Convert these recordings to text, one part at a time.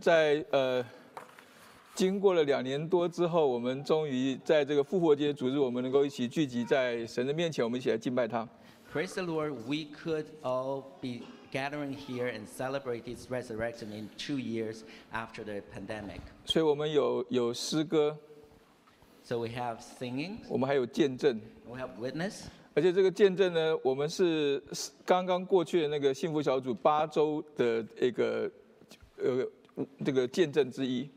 在呃，经过了两年多之后，我们终于在这个复活节主日，我们能够一起聚集在神的面前，我们一起来敬拜他。 Praise the Lord, we could all be gathering here and celebrate His resurrection in two years after the pandemic. 所以我们有有诗歌， So we have singing, 我们还有见证， we have witness, 而且这个见证呢，我们是是刚刚过去的那个幸福小组八周的一个呃这个见证之一。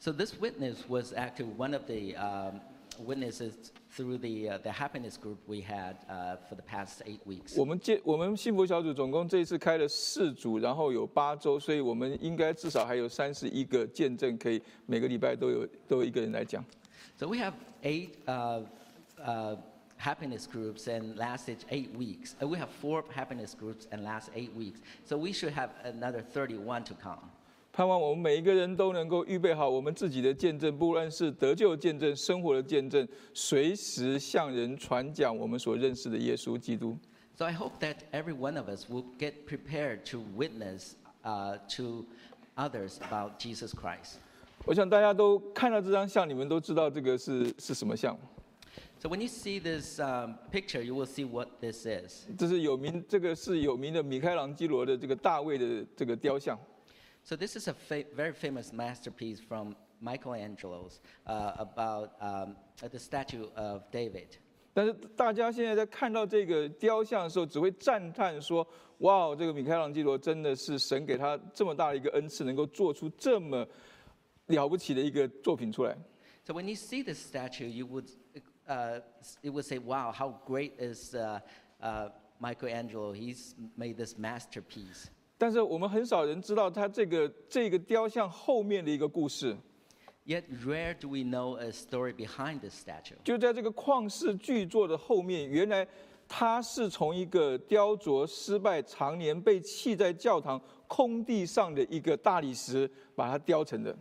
So this witness was actually one of the um, witnesses through the, uh, the happiness group we had uh, for the past eight weeks. 我们见我们幸福小组总共这一次开了四组，然后有八周，所以我们应该至少还有三十一个见证，可以每个礼拜都有都有一个人来讲。 So we have eight uh, uh, happiness groups and lasted eight weeks. Uh, we have four happiness groups and last eight weeks. So we should have another 31 to come. 盼望我们每一个人都能够预备好我们自己的见证，不论是得救的见证、生活的见证，随时向人传讲我们所认识的耶稣基督。 So I hope that every one of us will get prepared to witness uh, to others about Jesus Christ. 我想大家都看到这张像，你们都知道这个是是什么像。 So when you see this um, picture, you will see what this is. 这是有名，这个是有名的米开朗基罗的这个大卫的这个雕像。 So this is a fa- very famous masterpiece from Michelangelo's uh, about um, the statue of David. 但是大家现在在看到这个雕像的时候，只会赞叹说：“哇，这个米开朗基罗真的是神给他这么大的一个恩赐，能够做出这么了不起的一个作品出来。 So when you see this statue, you would uh, you would say, "Wow, how great is uh, uh, Michelangelo? He's made this masterpiece." ”但是我们很少人知道他这个这个雕像后面的一个故事。 Yet rare do we know a story behind this statue. 就在这个旷世巨作的后面，原来他是从一个雕琢失败、常年被弃在教堂空地上的一个大理石，把它雕成的。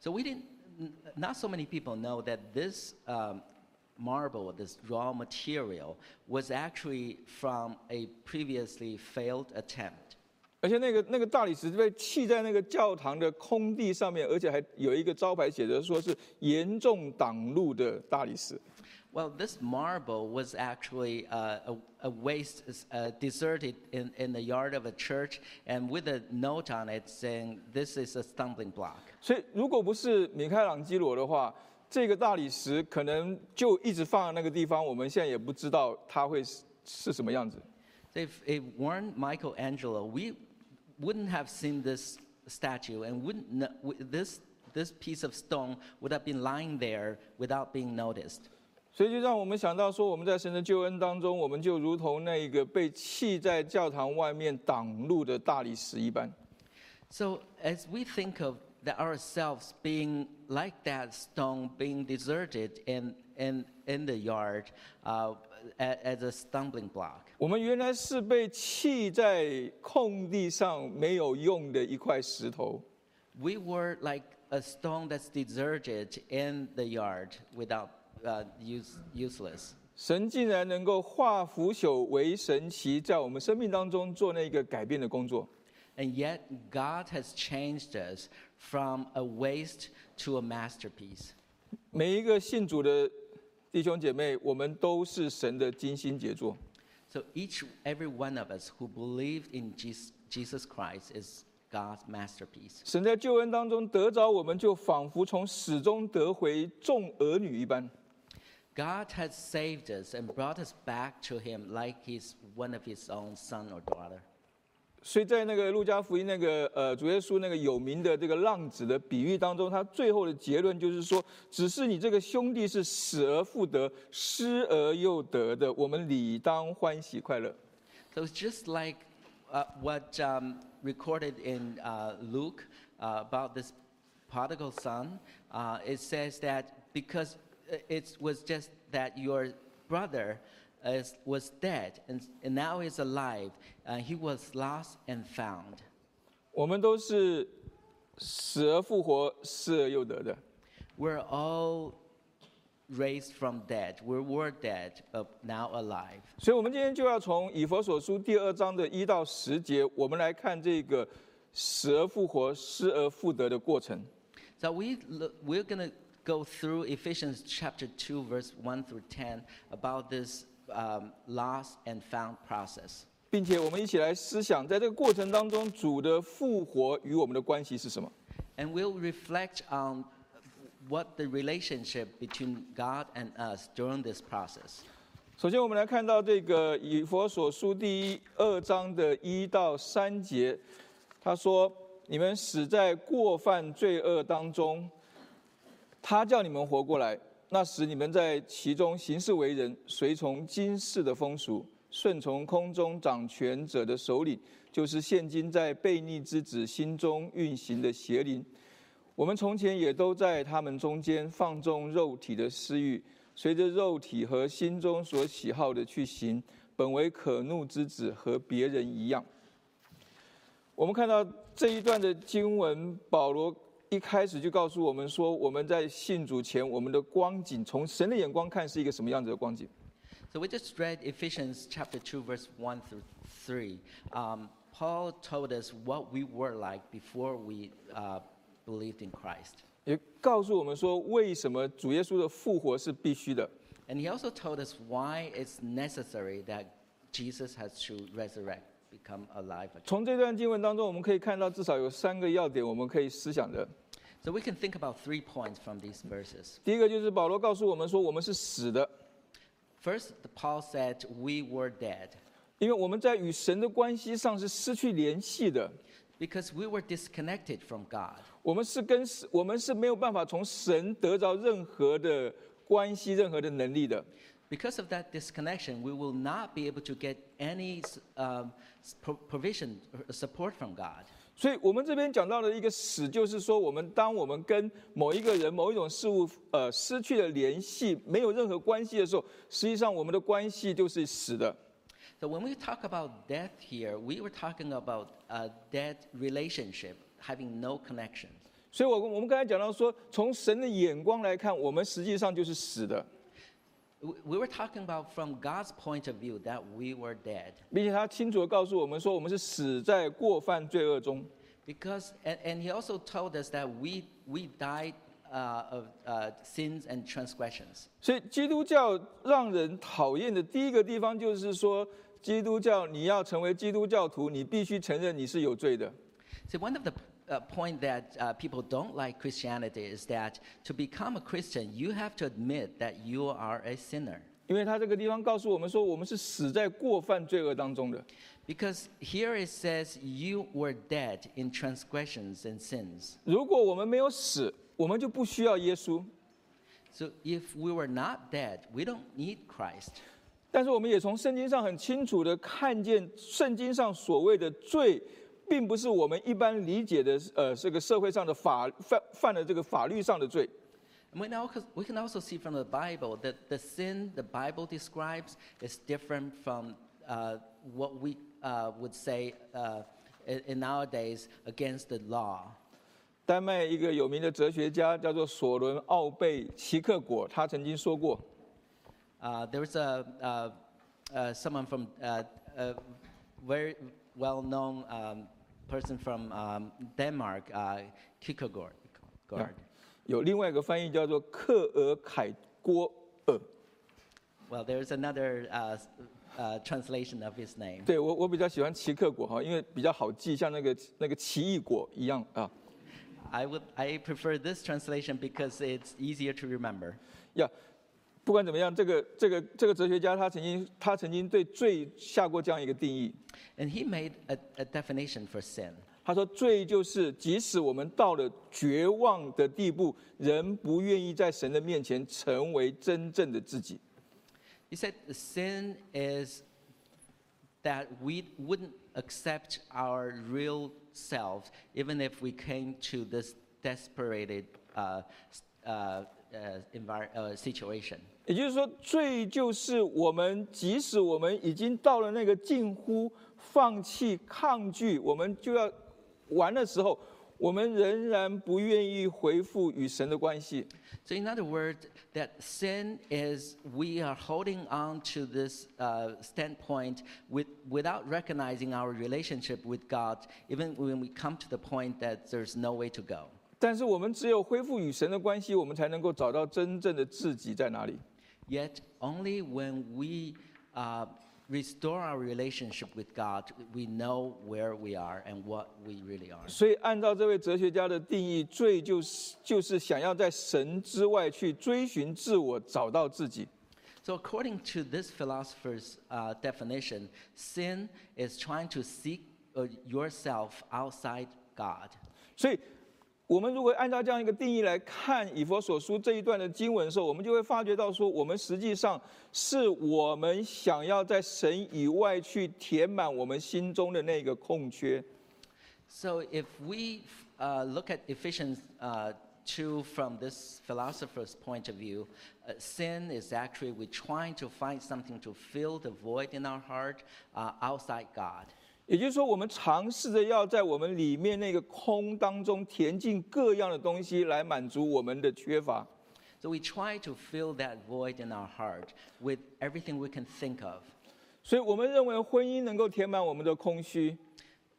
So we didn't. n- Not so many people know that this um, marble, this raw material, was actually from a previously failed attempt. 而且那个那个大理石被砌在那个教堂的空地上面，而且还有一个招牌写着说是严重挡路的大理石。 Well, this marble was actually uh, a, a waste, uh, deserted in, in the yard of a church, and with a note on it saying, This is a stumbling block. 所以如果不是米开朗基罗的话，这个大理石可能就一直放在那个地方，我们现在也不知道它会是是什么样子。 So if it weren't Michelangelo, we wouldn't have seen this statue, and wouldn't, kn- w- this, this piece of stone would have been lying there without being noticed. 所以就让我们想到说，我们在神的救恩当中，我们就如同那一个被弃在教堂外面挡路的大理石一般。 So as we think of the, ourselves being like that stone being deserted in, in, in the yard uh, a- as a stumbling block, 我们原来是被弃在空地上没有用的一块石头， we were like a stone that's deserted in the yard without uh, use, useless. 神竟然能够化腐朽为神奇，在我们生命当中做那个改变的工作。 And yet God has changed us from a waste to a masterpiece. 每一个信主的弟兄姐妹，我们都是神的精心杰作。 So each every one of us who believed in Jesus, Jesus Christ is God's masterpiece. 神在救恩当中得着我们，就仿佛从始终得回众儿女一般。 God has saved us and brought us back to Him like He's one of His own son or daughter. 所以在那个路加福音那个呃主耶稣那个有名的这个浪子的比喻当中，他最后的结论就是说，只是你这个兄弟是死而复得、失而又得的，我们理当欢喜快乐。 So it's just like uh, what um, recorded in uh, Luke uh, about this prodigal son. Uh, it says that because uh, it was just that your brother is, was dead and, and now is alive, uh, he was lost and found. 我们都是死而复活、失而又得的。 We're all raised from dead. We were dead, but now alive. 所以，我们今天就要从以佛所书第二章的一到十节，我们来看这个死而复活、失而复得的过程。 So we look, we're going to go through Ephesians chapter 2, verse 1 through 10 about this um, lost and found process. 并且我们一起来思想，在这个过程当中，主的复活与我们的关系是什么？ And we'll reflect on what the relationship between God and us during this process. 首先，我们来看到这个以佛所书第一二章的一到三节，他说：“你们死在过犯罪恶当中，他叫你们活过来，那时你们在其中行事为人，随从今世的风俗，顺从空中掌权者的首领，就是现今在悖逆之子心中运行的邪灵。我们从前也都在他们中间放纵肉体的私欲，随着肉体和心中所喜好的去行，本为可怒之子，和别人一样。我们看到这一段的经文，保罗一开始就告诉我们说，我们在信主前，我们的光景从神的眼光看是一个什么样子的光景？ So we just read Ephesians chapter 2, verse 1 through 3. Um, Paul told us what we were like before we uh, believed in Christ. 也告诉我们说，为什么主耶稣的复活是必须的。 And he also told us why it's necessary that Jesus has to resurrect, become alive again. 从这段经文当中，我们可以看到至少有三个要点，我们可以思想的。 So we can think about three points from these verses. 第一个就是保罗告诉我们说，我们是死的， First, Paul said, We were dead 因为我们在与神的关系上是失去联系的， because we were disconnected from God. 我们是跟神我们是没有办法从神得着任何的关系、任何的能力的。 Because of that disconnection, we will not be able to get any um, s- pro- provision or support from God. 所以我们这边讲到的一个死，就是说我们当我们跟某一个人、某一种事物呃失去了联系，没有任何关系的时候，实际上我们的关系就是死的。 So when we talk about death here, we were talking about a dead relationship, having no connection. 所以我我们刚才讲到说，从神的眼光来看，我们实际上就是死的， We- We were talking about from God's point of view that we were dead. 并且他清楚的告诉我们说，我们是死在过犯罪恶中。 Because, and, and he also told us that we, we died uh, of uh, sins and transgressions. 所以基督教让人讨厌的第一个地方就是说，基督教你要成为基督教徒，你必须承认你是有罪的。 See, one of the uh, point that uh, people don't like Christianity is that to become a Christian, you have to admit that you are a sinner. 因为他这个地方告诉我们说，我们是死在过犯罪恶当中的。 Because here it says you were dead in transgressions and sins. 如果我们没有死，我们就不需要耶稣。 So if we were not dead, we don't need Christ. 但是我们也从圣经上很清楚的看见，圣经上所谓的罪，并不是我们一般理解的呃这个社会上的法犯犯了这个法律上的罪。 And we, now, we can also see from the Bible that the sin the Bible describes is different from uh, what we uh, would say uh, in, in nowadays against the law. 丹麦一个有名的哲学家叫做索伦·奥贝齐克果，他曾经说过， Uh, there was a, uh, uh, someone from uh, a very well-known um, person from um, Denmark, uh, Kierkegaard. Kierkegaard. 啊有另外一个翻译叫做克尔凯郭尔。 Well, there's another uh, s- uh, translation of his name. 对我我比较喜欢奇克果哈，因为比较好记，像那个那个奇异果一样啊。 I would I prefer this translation because it's easier to remember. 呀、不管怎么样，这个这个这个哲学家他曾经他曾经对罪下过这样一个定义， And he made a, a definition for sin. 他说罪就是即使我们到了绝望的地步，人不愿意在神的面前成为真正的自己。 He said sin is that we wouldn't accept our real selves, even if we came to this desperate uh, s- uh, uh, envir- uh, situation. 也就是说，罪就是我们即使我们已经到了那个近乎放弃、抗拒，我们就要完的时候，我们仍然不愿意回复与神的关系。 So, in other words, that sin is we are holding on to this uh, standpoint with, without recognizing our relationship with God, even when we come to the point that there's no way to go. 但是我们只有恢复与神的关系，我们才能够找到真正的自己在哪里。 Yet, only when we uh, restore our relationship with God, we know where we are and what we really are. 所以，按照这位哲学家的定义，罪就是就是想要在神之外去追寻自我，找到自己。 So, according to this philosopher's uh, definition, sin is trying to seek uh, yourself outside God. 所以，我们如果按照这样一个定义来看以佛所书这一段的经文的时候，我们就会发觉到说，我们实际上是我们想要在神以外去填满我们心中的那个空缺。 So, if we uh, look at Ephesians uh, 2 from this philosopher's point of view, uh, sin is actually we're trying to find something to fill the void in our heart uh, outside God. 也就是说，我们尝试着要在我们里面那个空当中填进各样的东西，来满足我们的缺乏。 So, we try to fill that void in our heart with everything we can think of. 所以我们认为婚姻能够填满我们的空虚，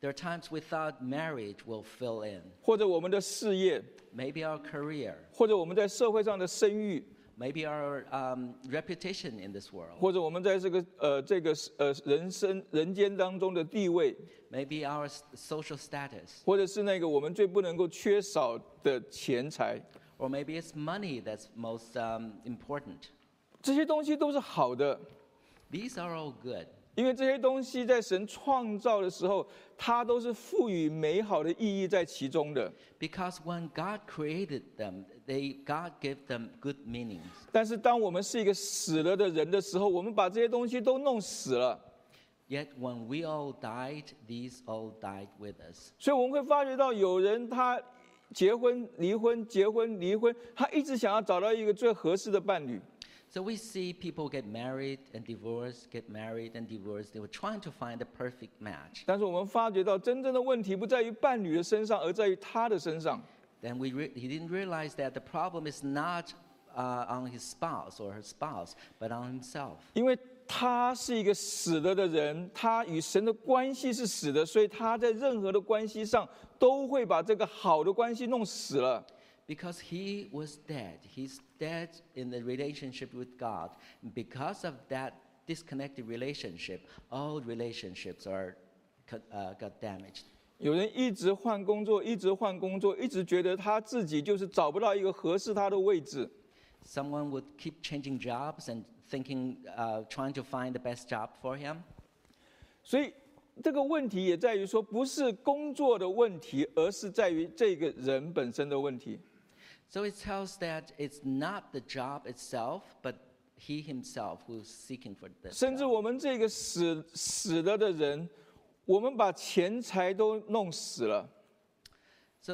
There are times we thought marriage will fill in, 或者我们的事业， maybe our career, 或者我们在社会上的声誉， maybe our um, reputation in this world, 或者我们在这个呃这个呃人生人间当中的地位， maybe our s- social status, 或者是那个我们最不能够缺少的钱财， or maybe it's money that's most um, important. 这些东西都是好的， These are all good 因为这些东西在神创造的时候，它都是赋予美好的意义在其中的。 because when God created them, they, God gave them good meanings. 但是当我们是一个死了的人的时候，我们把这些东西都弄死了。 Yet when we all died, these all died with us. 所以我们会发觉到，有人他结婚、离婚、结婚、离婚，他一直想要找到一个最合适的伴侣。 So we see people get married and divorced, get married and divorced. They were trying to find the perfect match. 但是我们发觉到，真正的问题不在于伴侣的身上，而在于他的身上。 Then we re- he didn't realize that the problem is not uh, on his spouse or her spouse, but on himself. 因为他是一个死了的人，他与神的关系是死的，所以他在任何的关系上都会把这个好的关系弄死了。 Because he was dead. He's dead in the relationship with God. Because of that disconnected relationship, all relationships are co- uh, got damaged. 有人一直换工作，一直换工作，一直觉得他自己就是找不到一个合适他的位置。 Someone would keep changing jobs and thinking, uh, trying to find the best job for him. 所以这个问题也在于说，不是工作的问题，而是在于这个人本身的问题。 So it tells that it's not the job itself, but he himself who's seeking for this. 甚 job. 至我们这个死死了的人，我们把钱财都弄死了。 So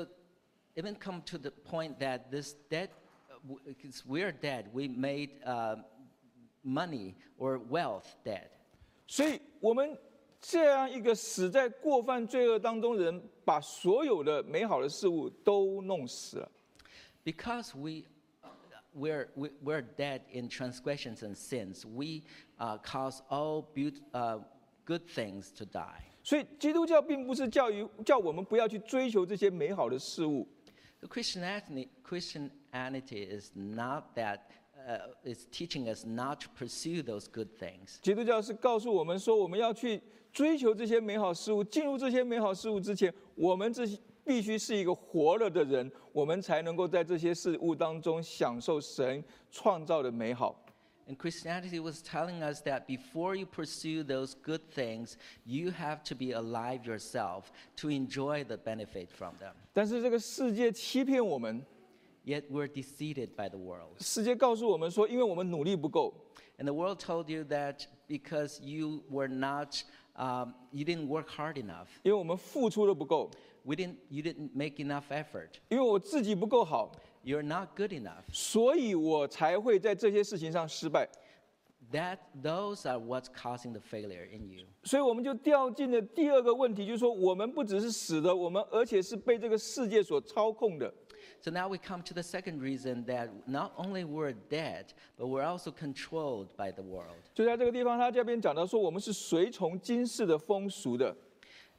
even come to the point that this debt, because we're dead, we made uh, money or wealth dead. 所以我们这样一个死在过犯罪恶当中的人，把所有的美好的事物都弄死了。 Because we, we're, we- we're dead in transgressions and sins, we uh, cause all beaut- uh, good things to die. 所以基督教并不是教育叫我们不要去追求这些美好的事物， The Christianity, Christianity is not that, uh, it's teaching us not to pursue those good things. 基督教是告诉我们说，我们要去追求这些美好事物。进入这些美好事物之前，我们这必须是一个活了的人，我们才能够在这些事物当中享受神创造的美好。 And Christianity was telling us that before you pursue those good things, you have to be alive yourself to enjoy the benefit from them. 但是这个世界欺骗我们， Yet we're deceived by the world. 世界告诉我们说，因为我们努力不够， And the world told you that because you were not, um, you didn't work hard enough, 因为我们付出的不够， we didn't, you didn't make enough effort, 因为我自己不够好， you're not good enough. 所以我才会在这些事情上失败。 that those are what's causing the failure in you. 所以我们就掉进了第二个问题，就是说我们不只是死的，我们而且是被这个世界所操控的。 So now we come to the second reason that not only we're dead, but we're also controlled by the world. 就在这个地方，他这边讲到说，我们是随从今世的风俗的。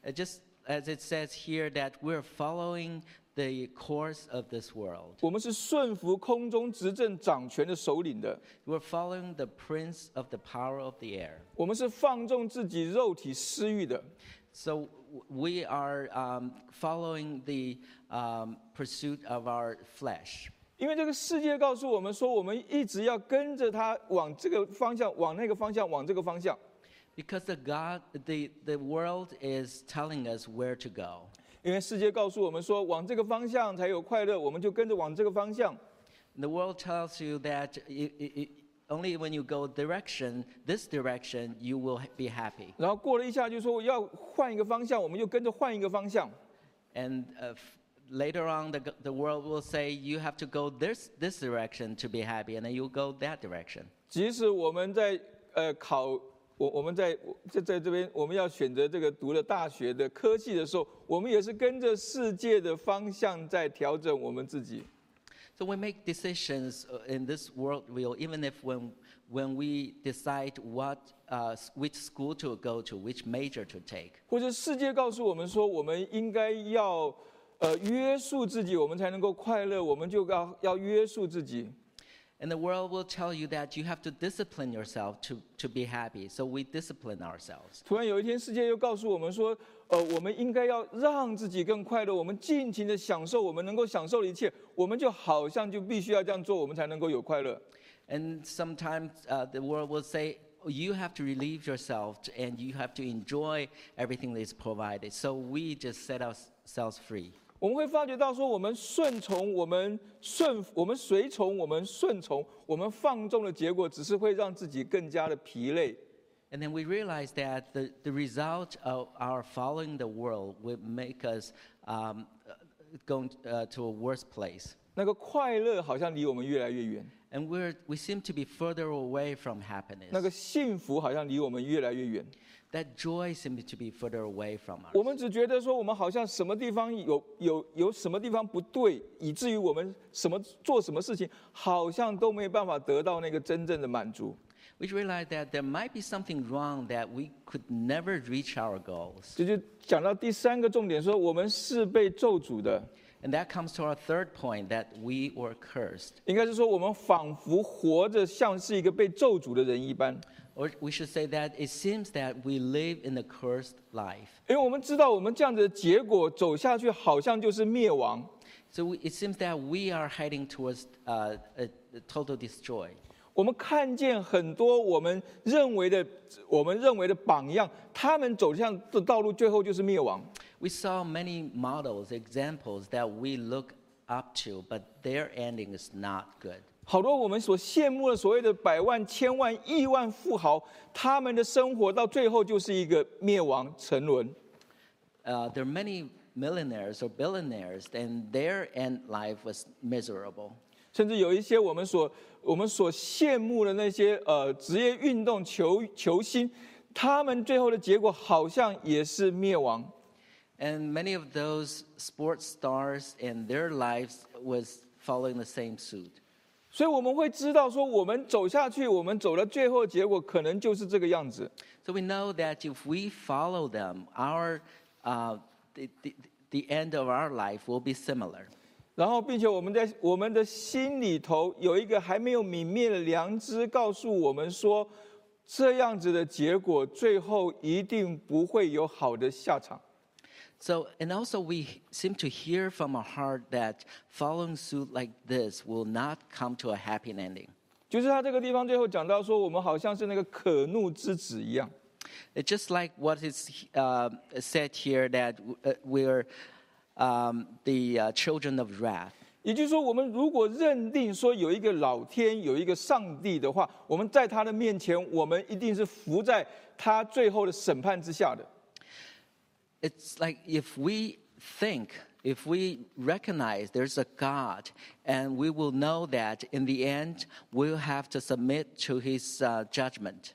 Uh, just as it says here that we're following the course of this world. 我们是顺服空中执政掌权的首领的， We're following the prince of the power of the air. 我们是放纵自己肉体私欲的， So w- we are um, following the um, pursuit of our flesh. 因为这个世界告诉我们说，我们一直要跟着他往这个方向、往那个方向、往这个方向。 Because the, God, the, the world is telling us where to go. 因为世界告诉我们说，往这个方向才有快乐，我们就跟着往这个方向。 The world tells you that i- i- i- only when you go direction, this direction, you will ha- be happy. 然后过了一下，就说我要换一个方向，我们就跟着换一个方向。 And uh, f- later on, the, g- the world will say you have to go this, this direction to be happy, and then you'll go that direction. 即使我们在呃考我我们在在在这边我们要选择这个读了大学的科系的时候，我们也是跟着世界的方向在调整我们自己。 So we make decisions uh, in this world wheel, even if when, when we decide what, uh, s- which school to go to, which major to take. 或者世界告诉我们说，我们应该要呃约束自己，我们才能够快乐，我们就要要约束自己。 And the world will tell you that you have to discipline yourself to, to be happy. So we discipline ourselves. 突然有一天，世界又告诉我们说，呃，我们应该要让自己更快乐，我们尽情的享受我们能够享受的一切，我们就好像就必须要这样做，我们才能够有快乐。 And sometimes uh, the world will say, "Oh, you have to relieve yourself t- and you have to enjoy everything that is provided. So we just set ourselves free. 我们会发觉到说，我们顺从，我们顺，我们随从，我们顺从，我们放纵的结果，只是会让自己更加的疲累。 And then we realize that the, the result of our following the world would make us um, uh, going uh, to a worse place. 那个快乐好像离我们越来越远， And we're, we seem to be further away from happiness. 那个幸福好像离我们越来越远。 That joy seems to be further away from us. 我们只觉得说，我们好像什么地方有有有什么地方不对，以至于我们什么做什么事情，好像都没办法得到那个真正的满足。 We realize that there might be something wrong that we could never reach our goals. 这就讲到第三个重点说，我们是被咒诅的， And that comes to our third point that we were cursed. 应该是说我们仿佛活着像是一个被咒诅的人一般， Or we should say that it seems that we live in a cursed life. 因为我们知道我们这样子的结果走下去，好像就是灭亡。 So we, it seems that we are heading towards uh, a, a total destroy. 我们看见很多我们认为的我们认为的榜样，他们走向的道路最后就是灭亡。 We saw many models, examples that we look up to, but their ending is not good. 好多我们所羡慕的所谓的百万、千万、亿万富豪，他们的生活到最后就是一个灭亡沉沦。 Uh, there are many millionaires or billionaires, and their end life was miserable. 甚至有一些我们所我们所羡慕的那些呃职业运动球球星，他们最后的结果好像也是灭亡。 And many of those sports stars and their lives was following the same suit. 所以我们会知道说，我们走下去，我们走到最后的结果可能就是这个样子。 So we know that if we follow them, our uh, the, the, the end of our life will be similar. 然后，并且我们在我们的心里头有一个还没有泯灭的良知，告诉我们说，这样子的结果最后一定不会有好的下场。 So and also we seem to hear from our heart that following suit like this will not come to a happy ending. 就是他这个地方最后讲到说，我们好像是那个可怒之子一样， It's just like what is uh, said here that uh, we're um, the uh, children of wrath. 也就是说，我们如果认定说有一个老天，有一个上帝的话，我们在他的面前，我们一定是伏在他最后的审判之下的。 It's like if we think If we recognize there's a God, and we will know that in the end, we'll have to submit to his uh, judgment.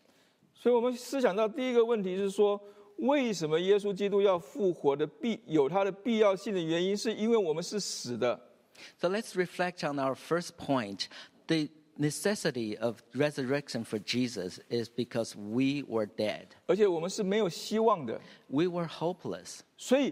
所以我们思想到第一个问题是说，为什么耶稣基督要复活的必有它的必要性的原因，是因为我们是死的。 So let's reflect on our first point. The necessity of resurrection for Jesus is because we were dead, 而且我们是没有希望的， we were hopeless. 所以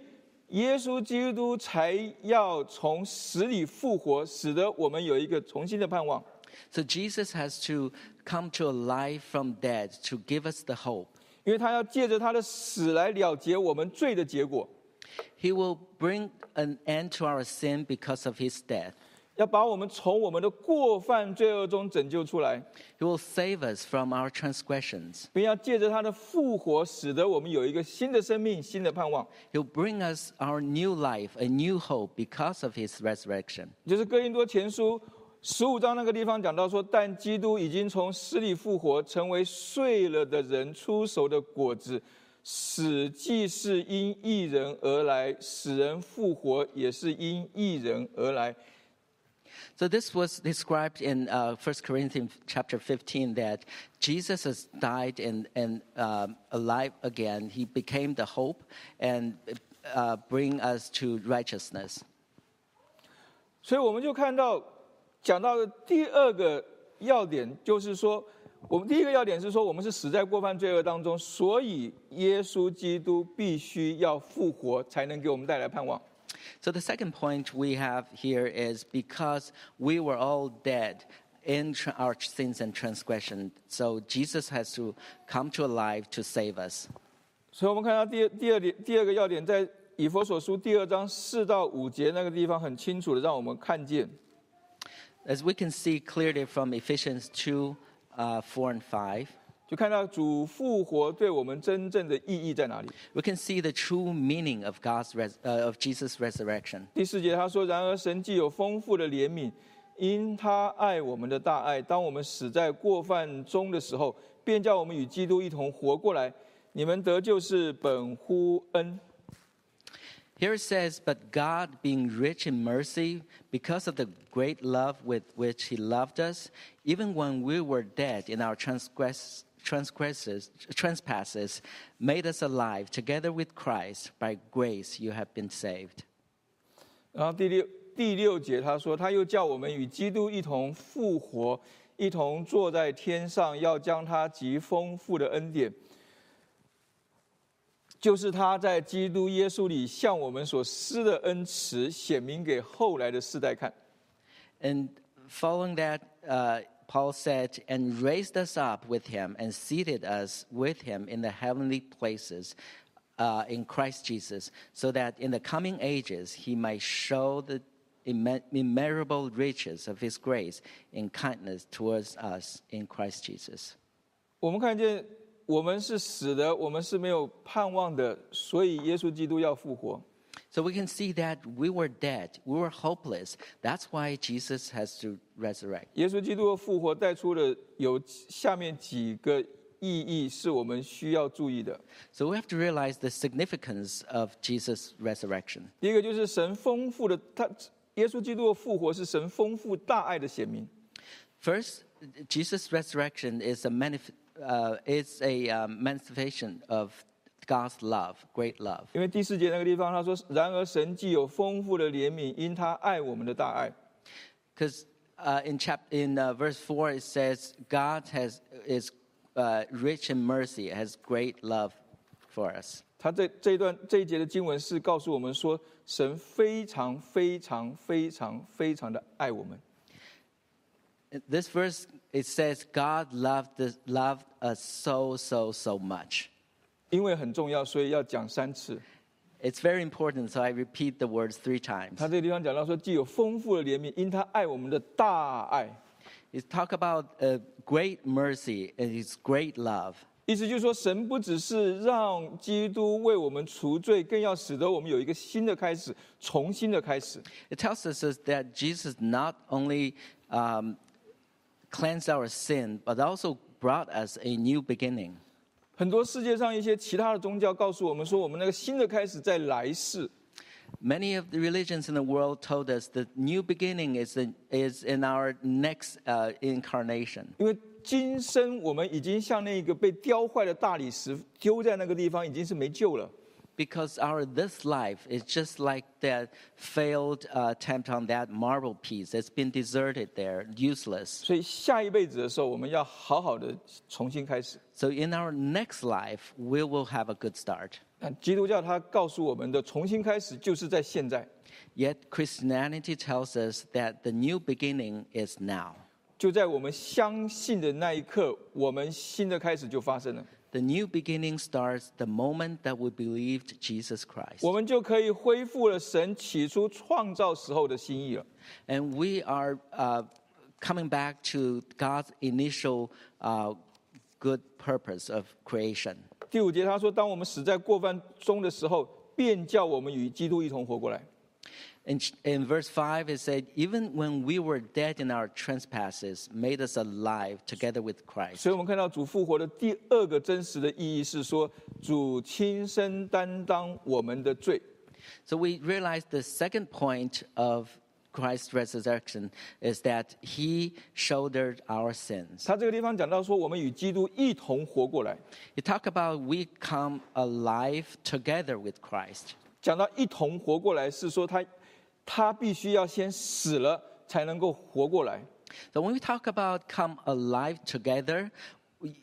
耶稣基督才要从死里复活，使得我们有一个重新的盼望。 So Jesus has to come to life from dead to give us the hope. 因为他要借着他的死来了结我们罪的结果， He will bring an end to our sin because of his death. 要把我们从我们的过犯罪恶中拯救出来， He will save us from our transgressions. 并要借着他的复活，使得我们有一个新的生命、新的盼望。 He'll bring us our new life, a new hope because of his resurrection. 就是哥林多前书十五章那个地方讲到说，但基督已经从死里复活，成为睡了的人出熟的果子。死既是因一人而来，使人复活也是因一人而来。 So this was described in uh, 1 Corinthians chapter 15 that Jesus has died and, and um, alive again. He became the hope and uh, bring us to righteousness. 所以我们就看到，讲到的第二个要点就是说，我们第一个要点是说，我们是死在过犯罪恶当中，所以耶稣基督必须要复活，才能给我们带来盼望。 So the second point we have here is because we were all dead in tr our sins and transgression, so Jesus has to come to life to save us. 所以我们看到第二第二点第二个要点，在以佛所书第二章四到五节那个地方，很清楚的让我们看见， As we can see clearly from Ephesians 2 uh, 4 and 5, 就看到主复活对我们真正的意义在哪里。 we can see the true meaning of God's res- uh, of Jesus' resurrection. 第四节他说：“然而神既有丰富的怜悯，因他爱我们的大爱，当我们死在过犯中的时候，便叫我们与基督一同活过来。你们得救是本乎恩。 Here it says, But God, being rich in mercy, because of the great love with which He loved us, even when we were dead in our transgress, transgresses, trespasses, made us alive together with Christ. By grace you have been saved. ”然后第六第六节他说：“他又叫我们与基督一同复活，一同坐在天上，要将他极丰富的恩典。”就是他在基督耶稣里向我们所施的恩慈，显明给后来的世代看。 And following that, uh, Paul said, And raised us up with Him and seated us with Him in the heavenly places. Uh, in Christ Jesus, so that in the coming ages he might show the imme- immeasurable riches of his grace in kindness towards us in Christ Jesus. 我们看见我们是死的，我们是没有盼望的，所以耶稣基督要复活。 So we can see that we were dead, we were hopeless. That's why Jesus has to resurrect. 耶稣基督的复活带出了有下面几个意义，是我们需要注意的。 So we have to realize the significance of Jesus' resurrection. 第一个就是神丰富的，他耶稣基督的复活是神丰富大爱的显明。 First, Jesus' resurrection is a, manif- uh, is a uh, manifestation of God's love, great love. 因为第四节那个地方他说：“然而神既有丰富的怜悯，因他爱我们的大爱。” Because uh, in, chap- in uh, verse 4, it says, God has, is uh, rich in mercy, has great love for us. 他这这一段这一节的经文是告诉我们说，神非常非常非常非常的爱我们。 This verse, it says, God loved, us, loved us so, so, so much. 因为很重要，所以要讲三次。 It's very important, so I repeat the words three times. 他这个地方讲到说，既有丰富的怜悯，因他爱我们的大爱， It's talk about uh, great mercy and His great love. 意思就是说，神不只是让基督为我们除罪，更要使得我们有一个新的开始，重新的开始。 It tells us is that Jesus not only um, cleansed our sin, but also brought us a new beginning. 很多世界上一些其他的宗教告诉我们说，我们那个新的开始在来世， Many of the religions in the world told us the new beginning is in, is in our next uh, incarnation. 因为今生我们已经像那个被雕坏的大理石丢在那个地方，已经是没救了。 Because our this life is just like that failed uh, attempt on that marble piece. It's been deserted there, useless. 所以下一辈子的时候，我们要好好的重新开始。 So in our next life, we will have a good start. 那基督教它告诉我们的重新开始就是在现在， Yet Christianity tells us that the new beginning is now. 就在我们相信的那一刻，我们新的开始就发生了， The new beginning starts the moment that we believed Jesus Christ. 我们就可以恢复了神起初创造时候的心意了。 And we are uh, coming back to God's initial uh, good purpose of creation. 第五节他说：“当我们死在过犯中的时候，便叫我们与基督一同活过来。 In, in verse 5, it said, Even when we were dead in our trespasses, made us alive together with ” Christ. 所以，我们看到主复活的第二个真实的意义是说，主亲身担当我们的罪。 So we realize the second point of Christ's resurrection is that he shouldered our sins. 他这个地方讲到说，我们与基督一同活过来， You talk about we come alive together with Christ. 讲到一同活过来，是说他他必须要先死了才能够活过来。 So when we talk about come alive together, we,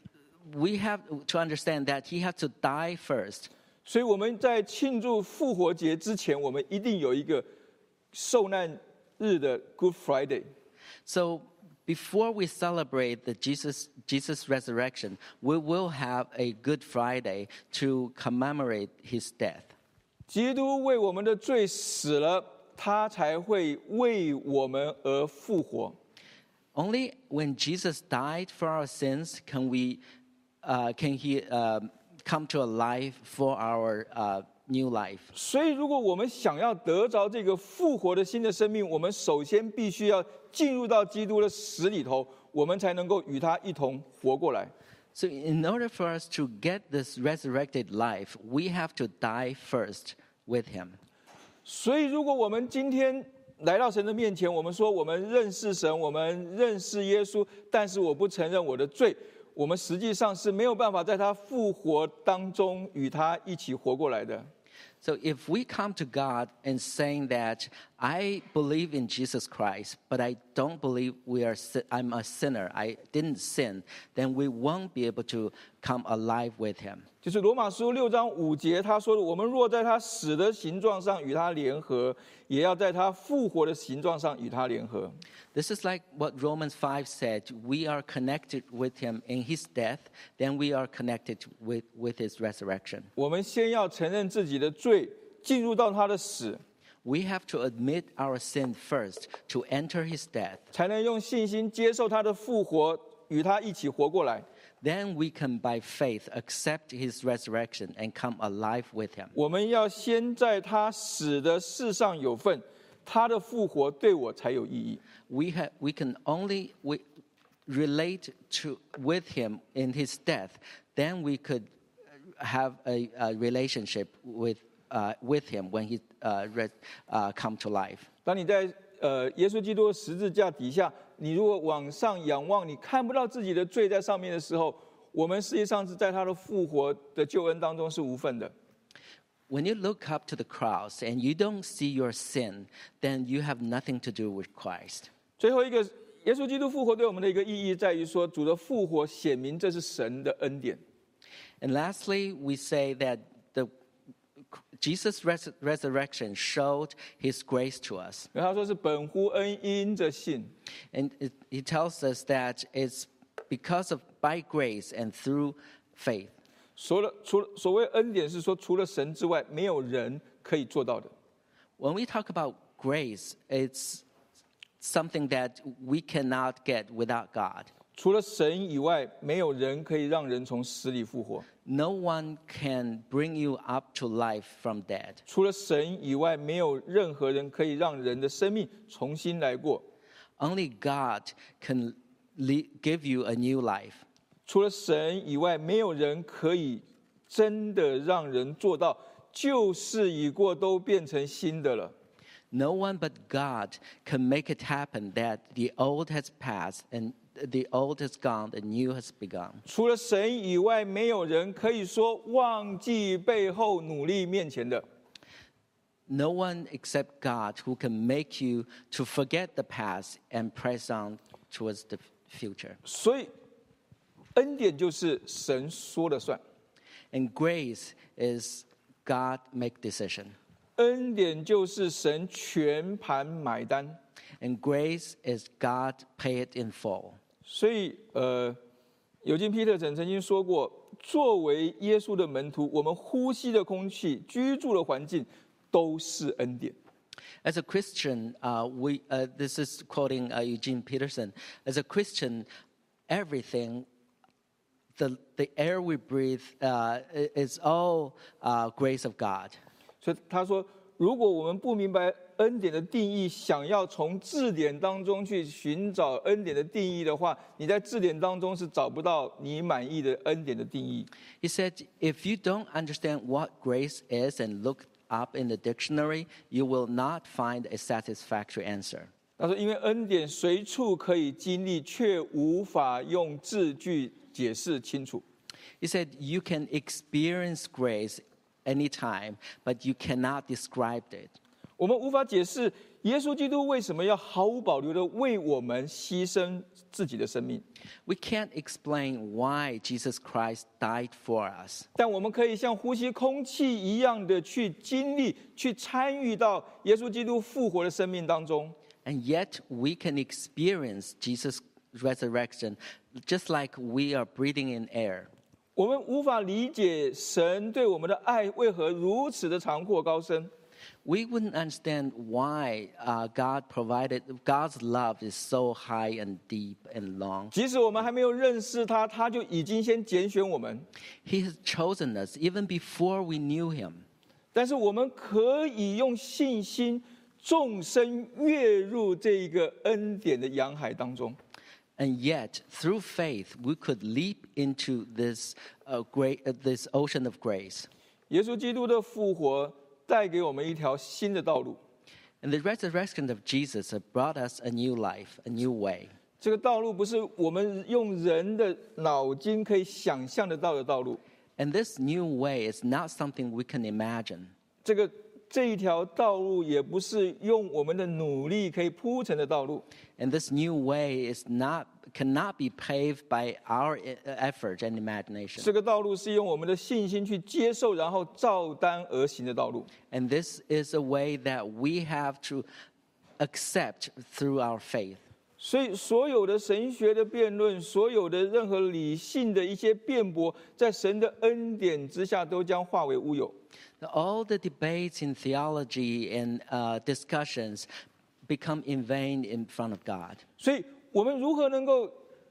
we have to understand that he had to die first. 所以我们在庆祝复活节之前，我们一定有一个受难日的 Good Friday。 So before we celebrate the Jesus Jesus resurrection, we will have a Good Friday to commemorate his death. 基督为我们的罪死了，他才会为我们而复活。 Only when Jesus died for our sins can we, uh, can he um come to a life for our uh, new life. 所以，如果我们想要得着这个复活的新的生命，我们首先必须要进入到基督的死里头，我们才能够与他一同活过来。 So, in order for us to get this resurrected life, we have to die first with Him. 所以，如果我们今天来到神的面前，我们说我们认识神，我们认识耶稣，但是我不承认我的罪，我们实际上是没有办法在他复活当中与他一起活过来的。 So, if we come to God and saying that I believe in Jesus Christ, but I don't believe we are, si- I'm a sinner, I didn't sin, then we won't be able to come alive with Him. 就是罗马书六章五节他说的：“我们若在他死的形状上与他联合，也要在他复活的形状上与他联合。 This is like what Romans 5 said we are connected with him in his death, then we are connected with, with his resurrection. 我们先要承认自己的罪，进入到他的死， We have to admit our sin first to enter his death. 才能用信心接受他的复活，与他一起活过来。 Then we can, by faith, accept his resurrection and come alive with him. 我们要先在他死的事上有份，他的复活对我才有意义。 We, ha- we can only we relate to, with him in his death. Then we could have a, a relationship with, uh, with him when he uh, re- uh, come to life. 当你在呃耶稣基督的十字架底下，你如果往上仰望，你看不到自己的罪在上面的时候，我们实际上是在他的复活的救恩当中是无份的。 When you look up to the cross and you don't see your sin, then you have nothing to do with Christ. 最后一个，耶稣基督复活对我们的一个意义在于说，主的复活显明这是神的恩典。 And lastly, we say that the Jesus' res- resurrection showed his grace to us. 然后他说是本乎恩因着信， And it, he tells us that it's because of by grace and through faith. 除了除了所谓恩典是说除了神之外没有人可以做到的。 When we talk about grace, it's something that we cannot get without God. 除了神以外，没有人可以让人从死里复活； No one can bring you up to life from dead. 除了神以外，没有任何人可以让人的生命重新来过； Only God can le- give you a new life. 除了神以外，没有人可以真的让人做到旧事已过，都变成新的了。 No one but God can make it happen that the old has passed and the old has gone, the new has begun. 除了神以外，没有人可以说忘记背后，努力面前的。 No one except God who can make you to forget the past and press on towards the future. 所以，恩典就是神说了算， And grace is God make decision. 恩典就是神全盘买单。 And grace is God pay it in full. 所以，呃，尤金·皮特森曾经说过，作为耶稣的门徒，我们呼吸的空气、居住的环境都是恩典。 As a Christian, uh, we, uh, this is quoting uh, Eugene Peterson. As a Christian, everything, the, the air we breathe, uh, i- is all uh, grace of God. 所以他说，如果我们不明白恩典的定义，想要从字典当中去寻找恩典的定义的话，你在字典当中是找不到你满意的恩典的定义。 He said, if you don't understand what grace is and look up in the dictionary, you will not find a satisfactory answer. 他说，因为恩典随处可以经历，却无法用字句解释清楚。 He said, you can experience grace anytime, but you cannot describe it. 我们无法解释耶稣基督为什么要毫无保留的为我们牺牲自己的生命， We can't explain why Jesus Christ died for us, 但我们可以像呼吸空气一样的去经历、去参与到耶稣基督复活的生命当中。 and yet we can experience Jesus' resurrection just like we are breathing in air. 我们无法理解神对我们的爱为何如此的长阔高深， We wouldn't understand why uh, God provided, God's love is so high and deep and long. 即使我们还没有认识他，他就已经先拣选我们。 He has chosen us even before we knew Him. 但是我们可以用信心纵身跃入这一个恩典的洋海当中。 And yet, through faith, we could leap into this, uh, great, uh, this ocean of grace. 耶稣基督的复活带给我们一条新的道路， And the resurrection of Jesus have brought us a new life, a new way. 这个道路不是我们用人的脑筋可以想象得到的道路。 And this new way is not something we can imagine. 这个这一条道路也不是用我们的努力可以铺成的道路， And this new way is not, cannot be paved by our e- effort and imagination. 这个道路是用我们的信心去接受，然后照单而行的道路。 and this is a way that we have to accept through our faith. 所以，所有的神学的辩论，所有的任何理性的一些辩驳，在神的恩典之下，都将化为乌有。 All the debates in theology and uh, discussions become in vain in front of God. 所以我们如何能够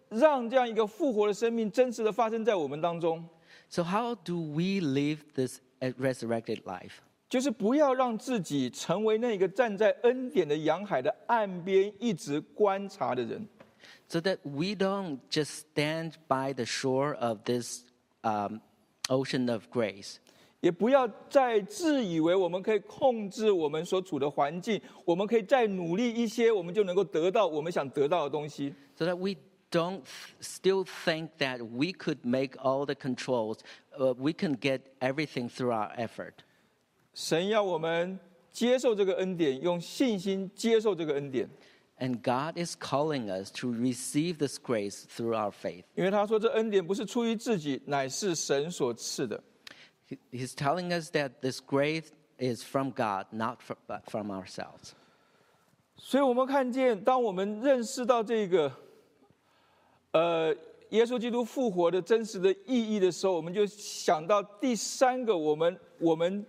让这样一个复活的生命真实的发生在我们当中？ So, how do we live this uh, resurrected life? 就是不要让自己成为那个站在恩典的洋海的岸边一直观察的人。 so that we don't just stand by the shore of this um, ocean of grace, 也不要再自以为我们可以控制我们所处的环境，我们可以再努力一些，我们就能够得到我们想得到的东西。 so that we don't th- still think that we could make all the controls, uh, we can get everything through our effort. 神要我们接受这个恩典，用信心接受这个恩典， And God is calling us to receive this grace through our faith. 因为他说这恩典不是出于自己，乃是神所赐的。 He- He's telling us that this grace is from God, not fr- but from ourselves. 所以我们看见，当我们认识到这个，呃，耶稣基督复活的真实的意义的时候，我们就想到第三个，我们我们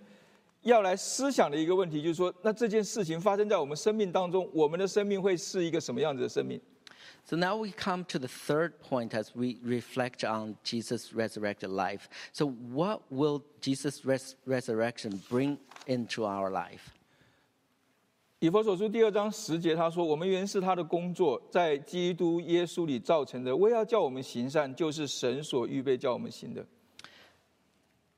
要来思想的一个问题，就是说，那这件事情发生在我们生命当中，我们的生命会是一个什么样子的生命？ So now we come to the third point as we reflect on Jesus' resurrected life. So, what will Jesus' res- resurrection bring into our life? 以佛所书第二章十节，他说：“我们原是他的工作，在基督耶稣里造成的，为要叫我们行善，就是神所预备叫我们行的。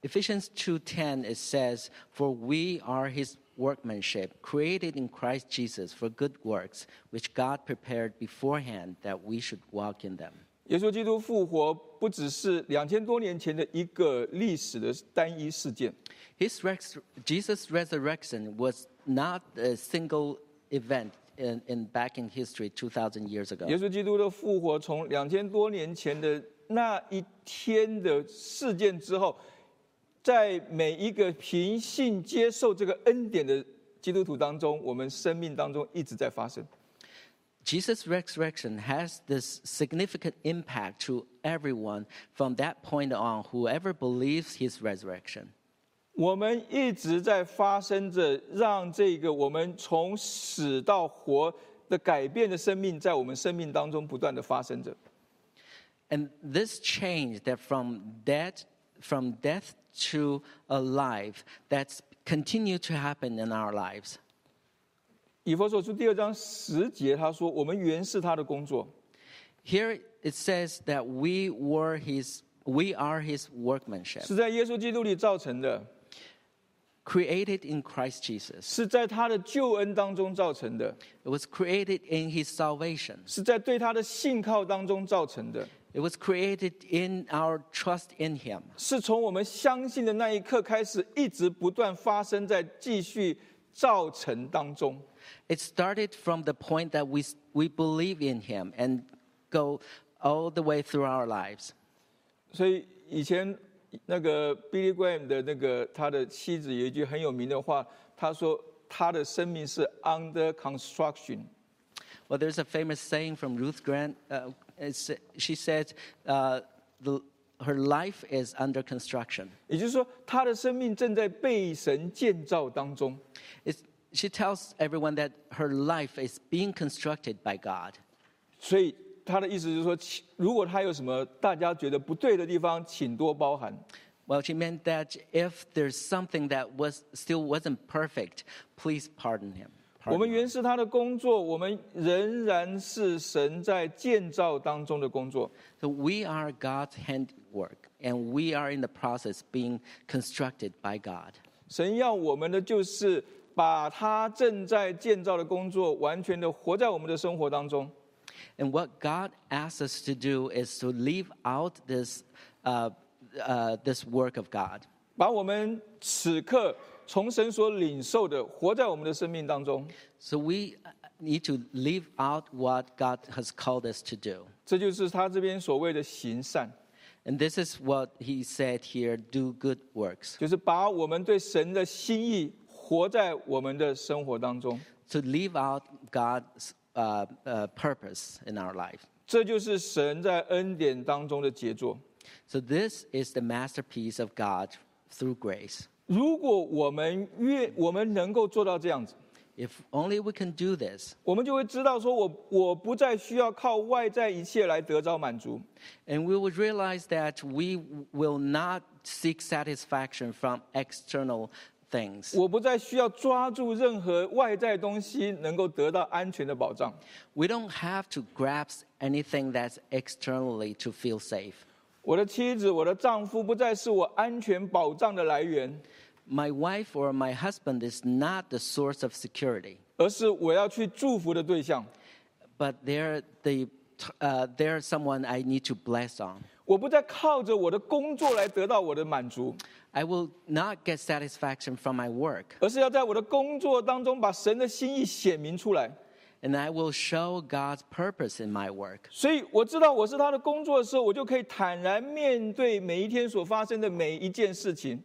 Ephesians 2:10 it says, "For we are his workmanship, created in Christ Jesus for good works, which God prepared beforehand that we should walk in them." 耶稣基督复活不只是两千多年前的一个历史的单一事件， His rex- Jesus' resurrection was not a single event in, in back in history 2,000 years ago. 耶稣基督的复活从两千多年前的那一天的事件之后，在每一个平信接受这个恩典的基督徒当中，我们生命当中一直在发生。 Jesus' resurrection has this significant impact to everyone from that point on, whoever believes his resurrection. 我们一直在发生着让这个我们从死到活的改变的生命，在我们生命当中不断的发生着。 And this change that from death, from death to alive, that's continued to happen in our lives. 以佛所书第二章十节，他说：“我们原是他的工作， Here it says that we were his, we are his workmanship. 是在耶稣基督里造成的， created in Christ Jesus. 是在他的救恩当中造成的， It was created in his salvation. 是在对他的信靠当中造成的， It was created in our trust in him. 是从我们相信的那一刻开始，一直不断发生在继续造成当中。 It started from the point that we, we believe in him and go all the way through our lives. 所以以前那个 Billy Graham 的那个他的妻子有一句很有名的话，他说他的生命是 under construction。 Well, there's a famous saying from Ruth Grant. Uh, it's, she said, uh, the, her life is under construction. 也就是说，他的生命正在被神建造当中。 It's, she tells everyone that her life is being constructed by God. 所以他的意思就是说，请如果他有什么大家觉得不对的地方，请多包涵。 Well, she meant that if there's something that was still wasn't perfect, please pardon him. 我 Pardon 们 her. 原是他的工作，我们仍然是神在建造当中的工作。 So we are God's handiwork, and we are in the process being constructed by God. 神要我们的就是把他正在建造的工作，完全的活在我们的生活当中。 And what God asks us to do is to leave out this uh, uh, this work of God, 把我们此刻从神所领受的，活在我们的生命当中， so we uh, need to leave out what God has called us to do. 这就是他这边所谓的行善， And this is what He said here: do good works. 就是把我们对神的心意活在我们的生活当中。 to leave out God's uh, uh, purpose in our life. 这就是神在恩典当中的杰作。 So, this is the masterpiece of God through grace. 如果我们越我们能够做到这样子， If only we can do this, 我们就会知道说我我不再需要靠外在一切来得着满足， and we would realize that we will not seek satisfaction from external things. 我不再需要抓住任何外在东西能够得到安全的保障， We don't have to grasp anything that's externally to feel safe. 我的妻子、我的丈夫不再是我安全保障的来源， My wife or my husband is not the source of security. 而是我要去祝福的对象。 but they're the uh, they're someone I need to bless on. 我不再靠着我的工作来得到我的满足， I will not get satisfaction from my work, 而是要在我的工作当中把神的心意显明出来。 and I will show God's purpose in my work. 所以我知道我是他的工作的时候，我就可以坦然面对每一天所发生的每一件事情。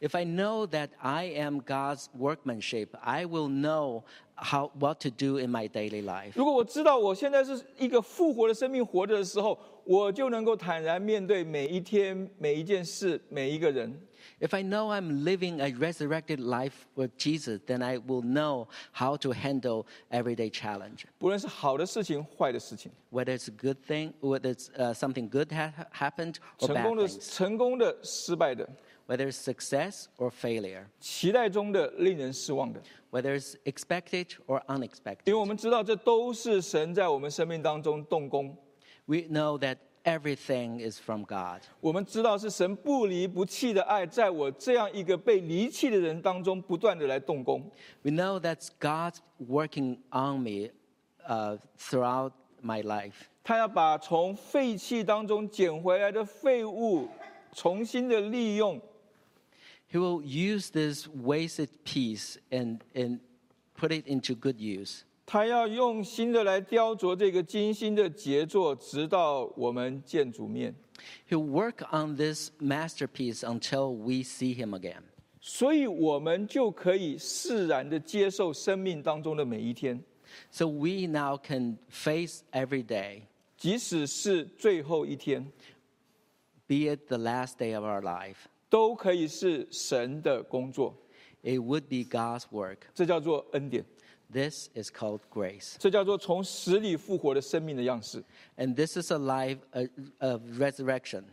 If I know that I am God's workmanship, I will know how what to do in my daily life. 如果我知道我现在是一个复活的生命活着的时候，我就能够坦然面对每一天、每一件事、每一个人。 If I know I'm living a resurrected life with Jesus, then I will know how to handle everyday challenge. 不论是好的事情、坏的事情， Whether it's a good thing, whether it's uh, something good ha- happened or 成 Oh, bad 功的、 things. 成功的、失败的， whether it's success or failure, 期待中的、令人失望的， whether it's expected or 因 unexpected. 为我们知道这都是神在我们生命当中动工。 We know that everything is from God. 我们知道是神不离不弃的爱，在我这样一个被离弃的人当中，不断的来动工。 We know that's God's working on me uh, throughout my life. 他要把从废弃当中捡回来的废物，重新的利用， He will use this wasted piece and, and put it into good use. 他要用心的来雕琢这个精心的杰作，直到我们见主面。 He'll work on this masterpiece until we see him again. 所以，我们就可以释然的接受生命当中的每一天， So we now can face every day, 即使是最后一天， be it the last day of our life, 都可以是神的工作。 it would be God's work. 这叫做恩典， This is called grace. 这叫做从死里复活的生命的样式。 And this is a life uh, of resurrection.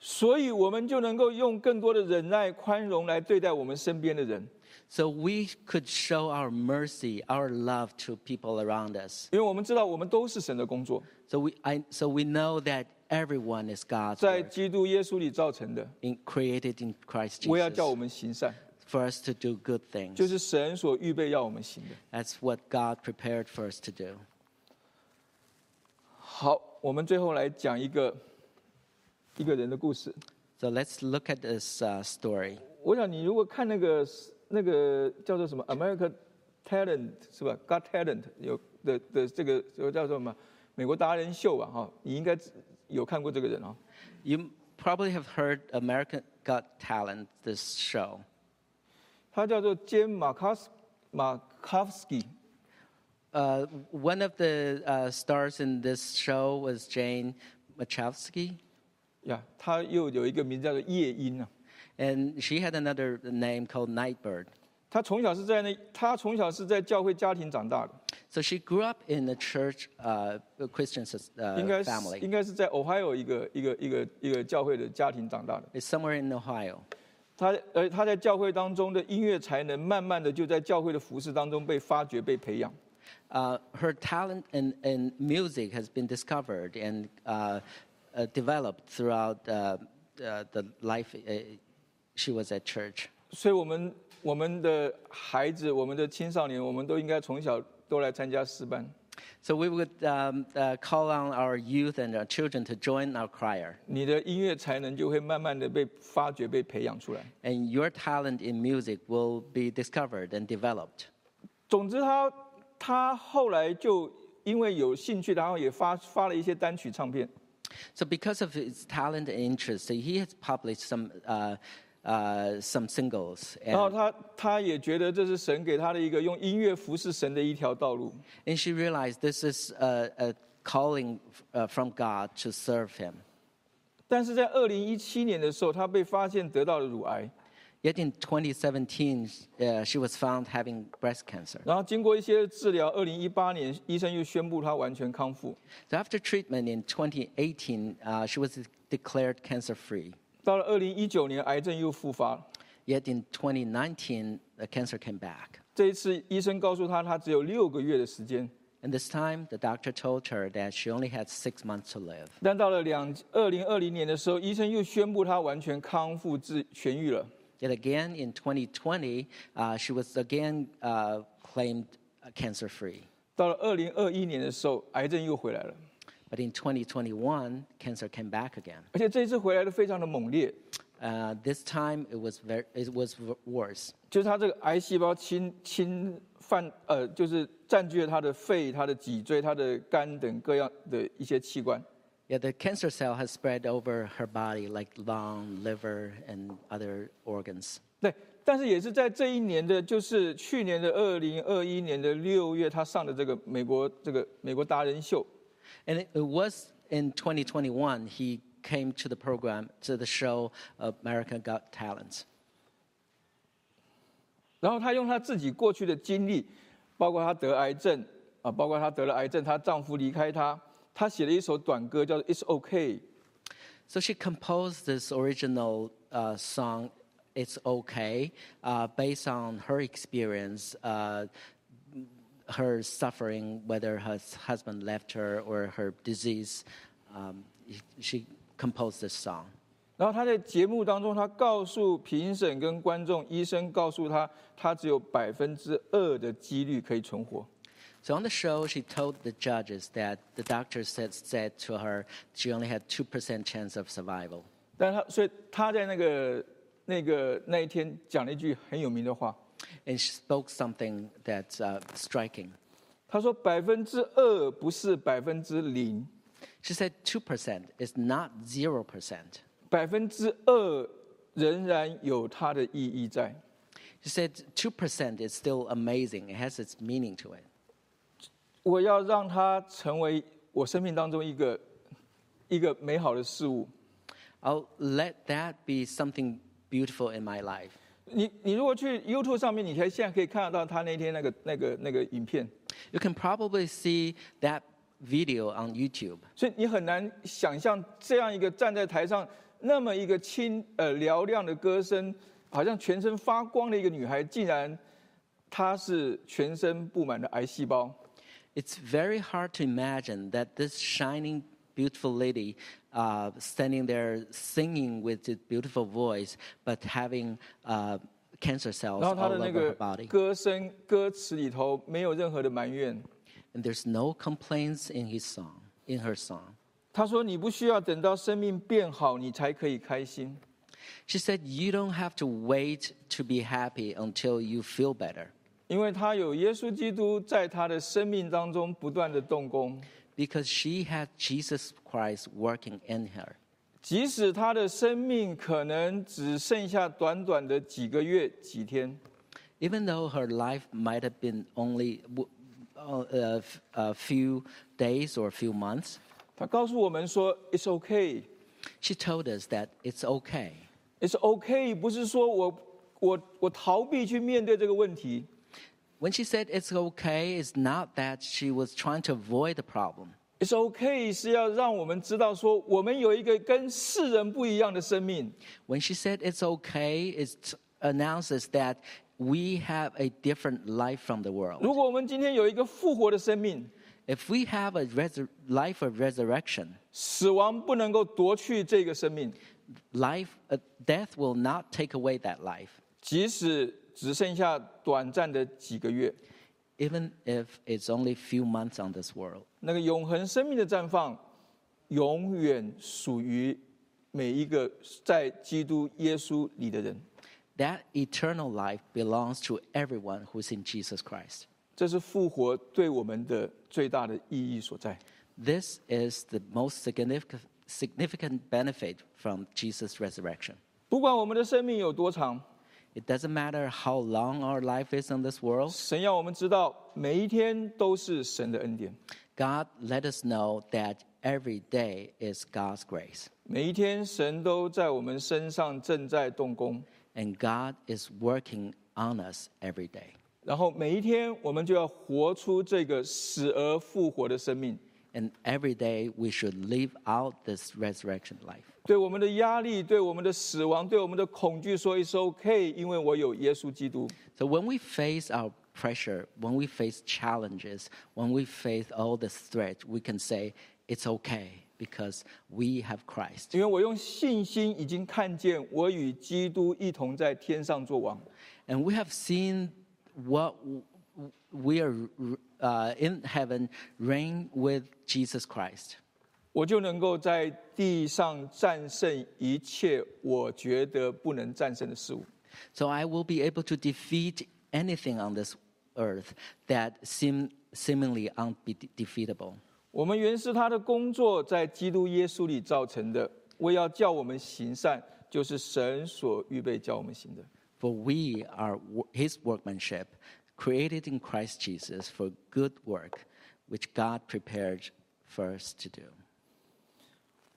所以，我们就能够用更多的忍耐、宽容来对待我们身边的人， So we could show our mercy, our love to people around us. 因为我们知道我们都是神的工作， So we, I, so we know that everyone is God's 在 work 基督耶稣里造成的。 in, created in Christ 我也要叫我 Jesus 们行善， for us to do good 就 things. 是神所预备要我们行的。 That's what God prepared for us to do. 好，我们最后来讲一个一个人的故事。 So let's look at this uh, story. 我想你如果看那个那个叫做什么《America Talent》是吧，《Got Talent》有的的这个有叫做什么美国达人秀吧哈，你应该有看过这个人啊。 You probably have heard American Got Talent, this show. 他叫做 Jim m a r k a s m a k a v s k y Uh, one of the uh, stars in this show was Jane Machowski, 呀，他又有一个名字叫做夜莺啊。 and she had another name called Nightbird. 他从小是在那，他从小是在教会家庭长大的， So she grew up in a church uh, a Christian sus- 应该 uh, 是 family. 应该是在 Ohio 一个一个一个一个教会的家庭长大的。 It's somewhere in Ohio. 他而他在教会当中的音乐才能，慢慢的就在教会的服饰当中被发掘、被培养。 Uh, her talent in, in music has been discovered and uh, uh, developed throughout uh, uh, the life uh, she was at church. 所以，我们我们的孩子、我们的青少年，我们都应该从小都来参加诗班。 So we would um, uh, call on our youth and our children to join our choir. 你的音乐才能就会慢慢的被发掘、被培养出来。 and your talent in music will be discovered and developed. 总之他，他后来就因为有兴趣，然后也发发了一些单曲唱片。 So, because of his talent and interest, he has published some uh, uh, some singles, 然后 and, 他他也觉得这是神给他的一个用音乐服侍神的一条道路， and she realized this is a, a calling uh, from God to serve Him. 但是在二零一七年的时候，他被发现得到了乳癌， Yet in 2017, uh, she was found having breast cancer. 然后经过一些治疗，二零一八年医生又宣布他完全康复。 So after treatment in 2018, uh, she was declared cancer-free. 到了二零一九年，癌症又复发了， Yet in 2019, the cancer came back. 这一次医生告诉他，他只有六个月的时间。 And this time, the doctor told her that she only had six months to live. 但到了两二零二零年的时候，医生又宣布他完全康复治痊愈了。 Yet again, in 2020, uh, she was again uh, claimed uh, cancer free. 到了二零二一年的时候，癌症又回来了， But in 2021, cancer came back again. 而且这一次回来的非常的猛烈， Uh, this time, it was, very, it was w- worse. 就是他这个癌细胞侵侵犯呃，就是占据了他的肺、他的脊椎、他的肝等各样的一些器官。 Yeah, the cancer cell has spread over her body, like lung, liver, and other organs. 对，但是也是在这一年的，就是去年的二零二一年的六月，他上的这个美国这个美国达人秀， And it, it was in 2021 he came to the program, to the show America Got Talent. 然后他用他自己过去的经历，包括他得癌症啊，包括他得了癌症，她丈夫离开她，她写了一首短歌叫做《It's OK》。 So she composed this original uh, song, It's Okay, uh, based on her experience, uh, her suffering, whether her husband left her or her disease um, she composed this song. 然后他在节目当中，他告诉评审跟观众，医生告诉他，他只有百分之二的几率可以存活。 So on the show, she told the judges that the doctor said, said to her she only had 2% chance of survival. 但他所以他在那个那个那一天讲了一句很有名的话， And she spoke something that's uh, striking. 他说百分之二不是百分之零， She said 2% is not 0%. 百分之二仍然有它的意义在。 She said 2% is still amazing, it has its meaning to it. 我要让它成为我生命当中一个一个美好的事物。 I'll let that be something beautiful in my life. 你你如果去 YouTube 上面，你可以现在可以看得到他那天那个那个那个影片， You can probably see that video on YouTube. 所以你很难想象这样一个站在台上那么一个清呃嘹亮的歌声，好像全身发光的一个女孩，竟然她是全身布满了癌细胞。 It's very hard to imagine that this shining, beautiful lady uh, standing there singing with a beautiful voice, but having uh, cancer cells 然后 all 她的那 over her 个 body. 歌声歌词里头没有任何的埋怨， And there's no complaints in his song, in her song. 她说：“你不需要等到生命变好，你才可以开心。 She said, You don't have to wait to be happy until you feel better. 因为她有耶稣基督在她的生命当中不断的动工。” Because she had Jesus Christ working in her. 即使他的生命可能只剩下短短的几个月、几天， Even though her life might have been only w- uh, a f- a few days or a few months, 他告诉我们说：“It's okay, she told us that it's okay. it's okay。”不是说我我我逃避去面对这个问题， When she said it's okay, it's not that she was trying to avoid the problem. “It's okay” 是要让我们知道说，我们有一个跟世人不一样的生命， When she said it's okay, it announces that we have a different life from the 如 world. 果我们今天有一个复活的生命， If we have a resur- life of resurrection, 死亡不能够夺去这个生命， life, uh, death will not take away that life, 即使只剩下短暂的几个月， even if it's only few months on this world. 那个永恒生命的绽放，永远属于每一个在基督耶稣里的人。 That eternal life belongs to everyone who's in Jesus Christ. 这是复活对我们的最大的意义所在。 This is the most significant, significant benefit from Jesus' resurrection. 不管我们的生命有多长， It doesn't matter how long our life is on this world, 神要我们知道，每一天都是神的恩典， God let us know that every day is God's grace, 每一天神都在我们身上正在动工， and God is working on us every day. 然后每一天我们就要活出这个死而复活的生命。 And every day we should live out this resurrection life. 对我们的压力、对我们的死亡、对我们的恐惧说 “It's OK”，因为我有耶稣基督。 So when we face our pressure, when we face challenges, when we face all this threat, we can say, It's okay because we have Christ. 因为我用信心已经看见我与基督一同在天上作王。 And we have seen what w- w- we are uh, in heaven reign with Jesus Christ. 我就能够在地上战胜一切我觉得不能战胜的事物。 So I will be able to defeat anything on this earth that seem, seemingly undefeatable. 我们原是他的工作，在基督耶稣里造成的。为要叫我们行善，就是神所预备叫我们行的。 For we are wo- his workmanship, created in Christ Jesus for good work, which God prepared for us to do.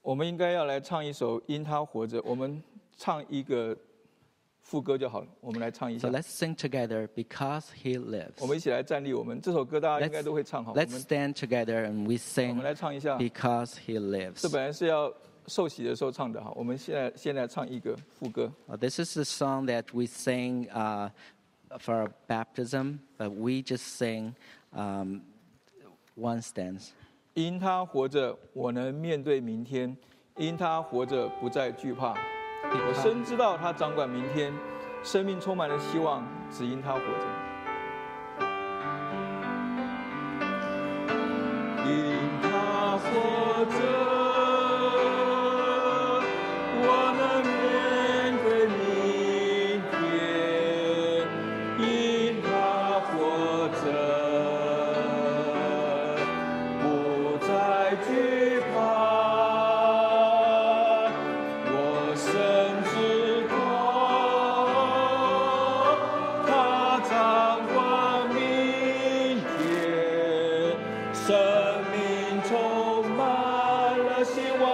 我们应该要来唱一首《因他活着》，我们唱一个副歌就好了。我们来唱一 So 下， let's sing together because he lives. 我们一起来站立。我们这首歌大家应该 Let's, 都会唱好。我 let's 们 stand together and we 我 sing 们来唱一下。 because he lives. 这本来是要受洗的时候唱的哈，我们现在先来唱一个副歌。 Uh, This is the song that we sing uh, for our baptism, but we just sing um, one stanza. 因他活着，我能面对明天；因他活着，不再惧怕。我 Uh, 深知道他掌管明天，生命充满了希望，只因他活着。因他活着，我能面对明天；因他活着，不再惧怕。我深知道，他掌管明天，生命充满了希望，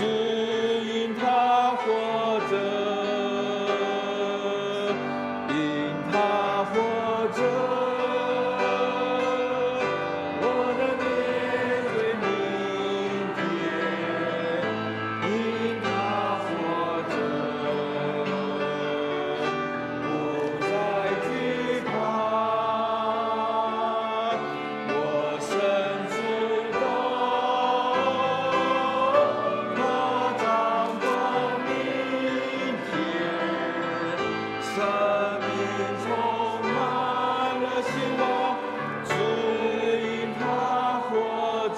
只因他活着，因他活着，我能面对明天。因他活着，不再惧怕。我深知道，他掌管明天，生命充满了希望，只因他活着。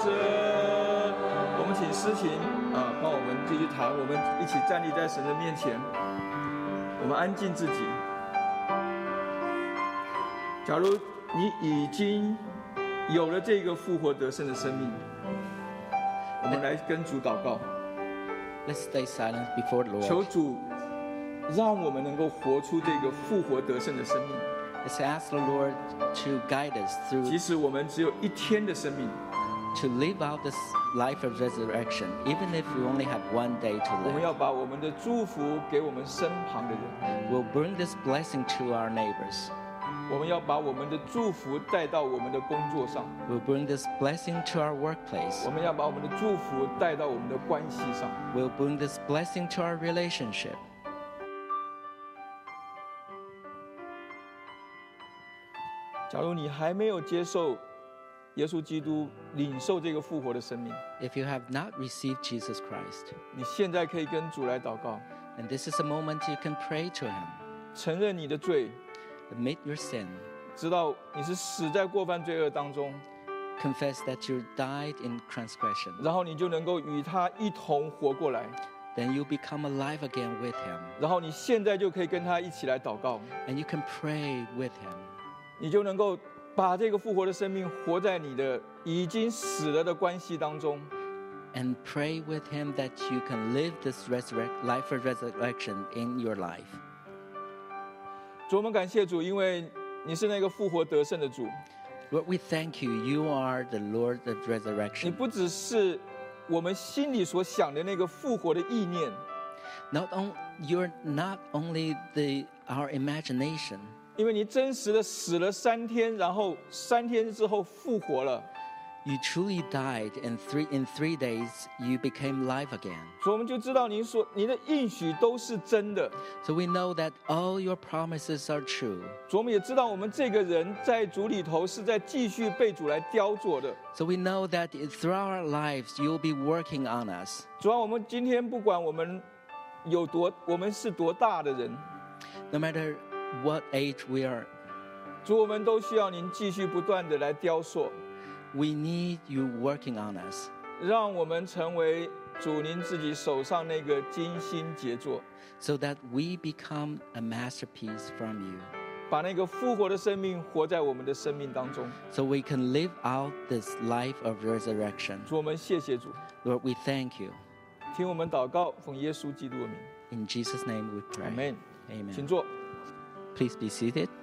我们请诗琴啊，帮我们继续弹，我们一起站立在神的面前，我们安静自己。假如你已经有了这个复活得胜的生命，我们来跟主祷告， Let's stay silent before the 求 Lord. 主让我们能够活出这个复活得胜的生命。 Let's ask the Lord to guide us 即 through 使我们只有一天的生命， to live out this life of resurrection, even if we only have one day to 我们 live. 要把我们的祝福给我们身旁的人， We'll bring this blessing to our neighbors. 我们要把我们的祝福带到我们的工作上。 We'll bring this blessing to our workplace. 我们要把我们的祝福带到我们的关系上。 We'll bring this blessing to our relationship. 假如你还没有接受耶稣基督领受这个复活的生命， If you have not received Jesus Christ, 你现在可以跟主来祷告， and this is a moment you can pray to Him, 承认你的罪， admit your sin, 知道你是死在过犯罪恶当中， confess that you died in transgression, 然后你就能够与他一同活过来， then you become alive again with Him, 然后你现在就可以跟他一起来祷告， and you can pray with Him. 你就能够把这个复活的生命活在你的已经死了的关系当中， and pray with him that you can live this resurrect, life of resurrection in your life. 主，我们感谢主，因为你是那个复活得胜的主， Lord, we thank you. You are the Lord of 你 resurrection. 不只是我们心里所想的那个复活的意念， Not on, you're not only the our imagination, 因为你真实的死了三天，然后三天之后复活了。 you truly died, and three in three days you became live again. 所以我们就知道您所您的应许都是真的。 So we know that all your promises are true. 主，我们也知道我们这个人在主里头是在继续被主来雕琢的。 So we know that throughout our lives you'll be working on us. 主啊要我们今天不管我们有多，我们是多大的人， No matter what age we are, 主，我们都需要您继续不断的来雕塑， we need you working on us. 让我们成为主您自己手上那个精心杰作。 so that we become a masterpiece from you. 把那个复活的生命活在我们的生命当中。 So we can live out this life of resurrection. 主，我们谢谢主， Lord, we thank you. 听我们祷告，奉耶稣基督的名， In Jesus' name we pray. Amen. 请 Amen. 坐。 Please be seated.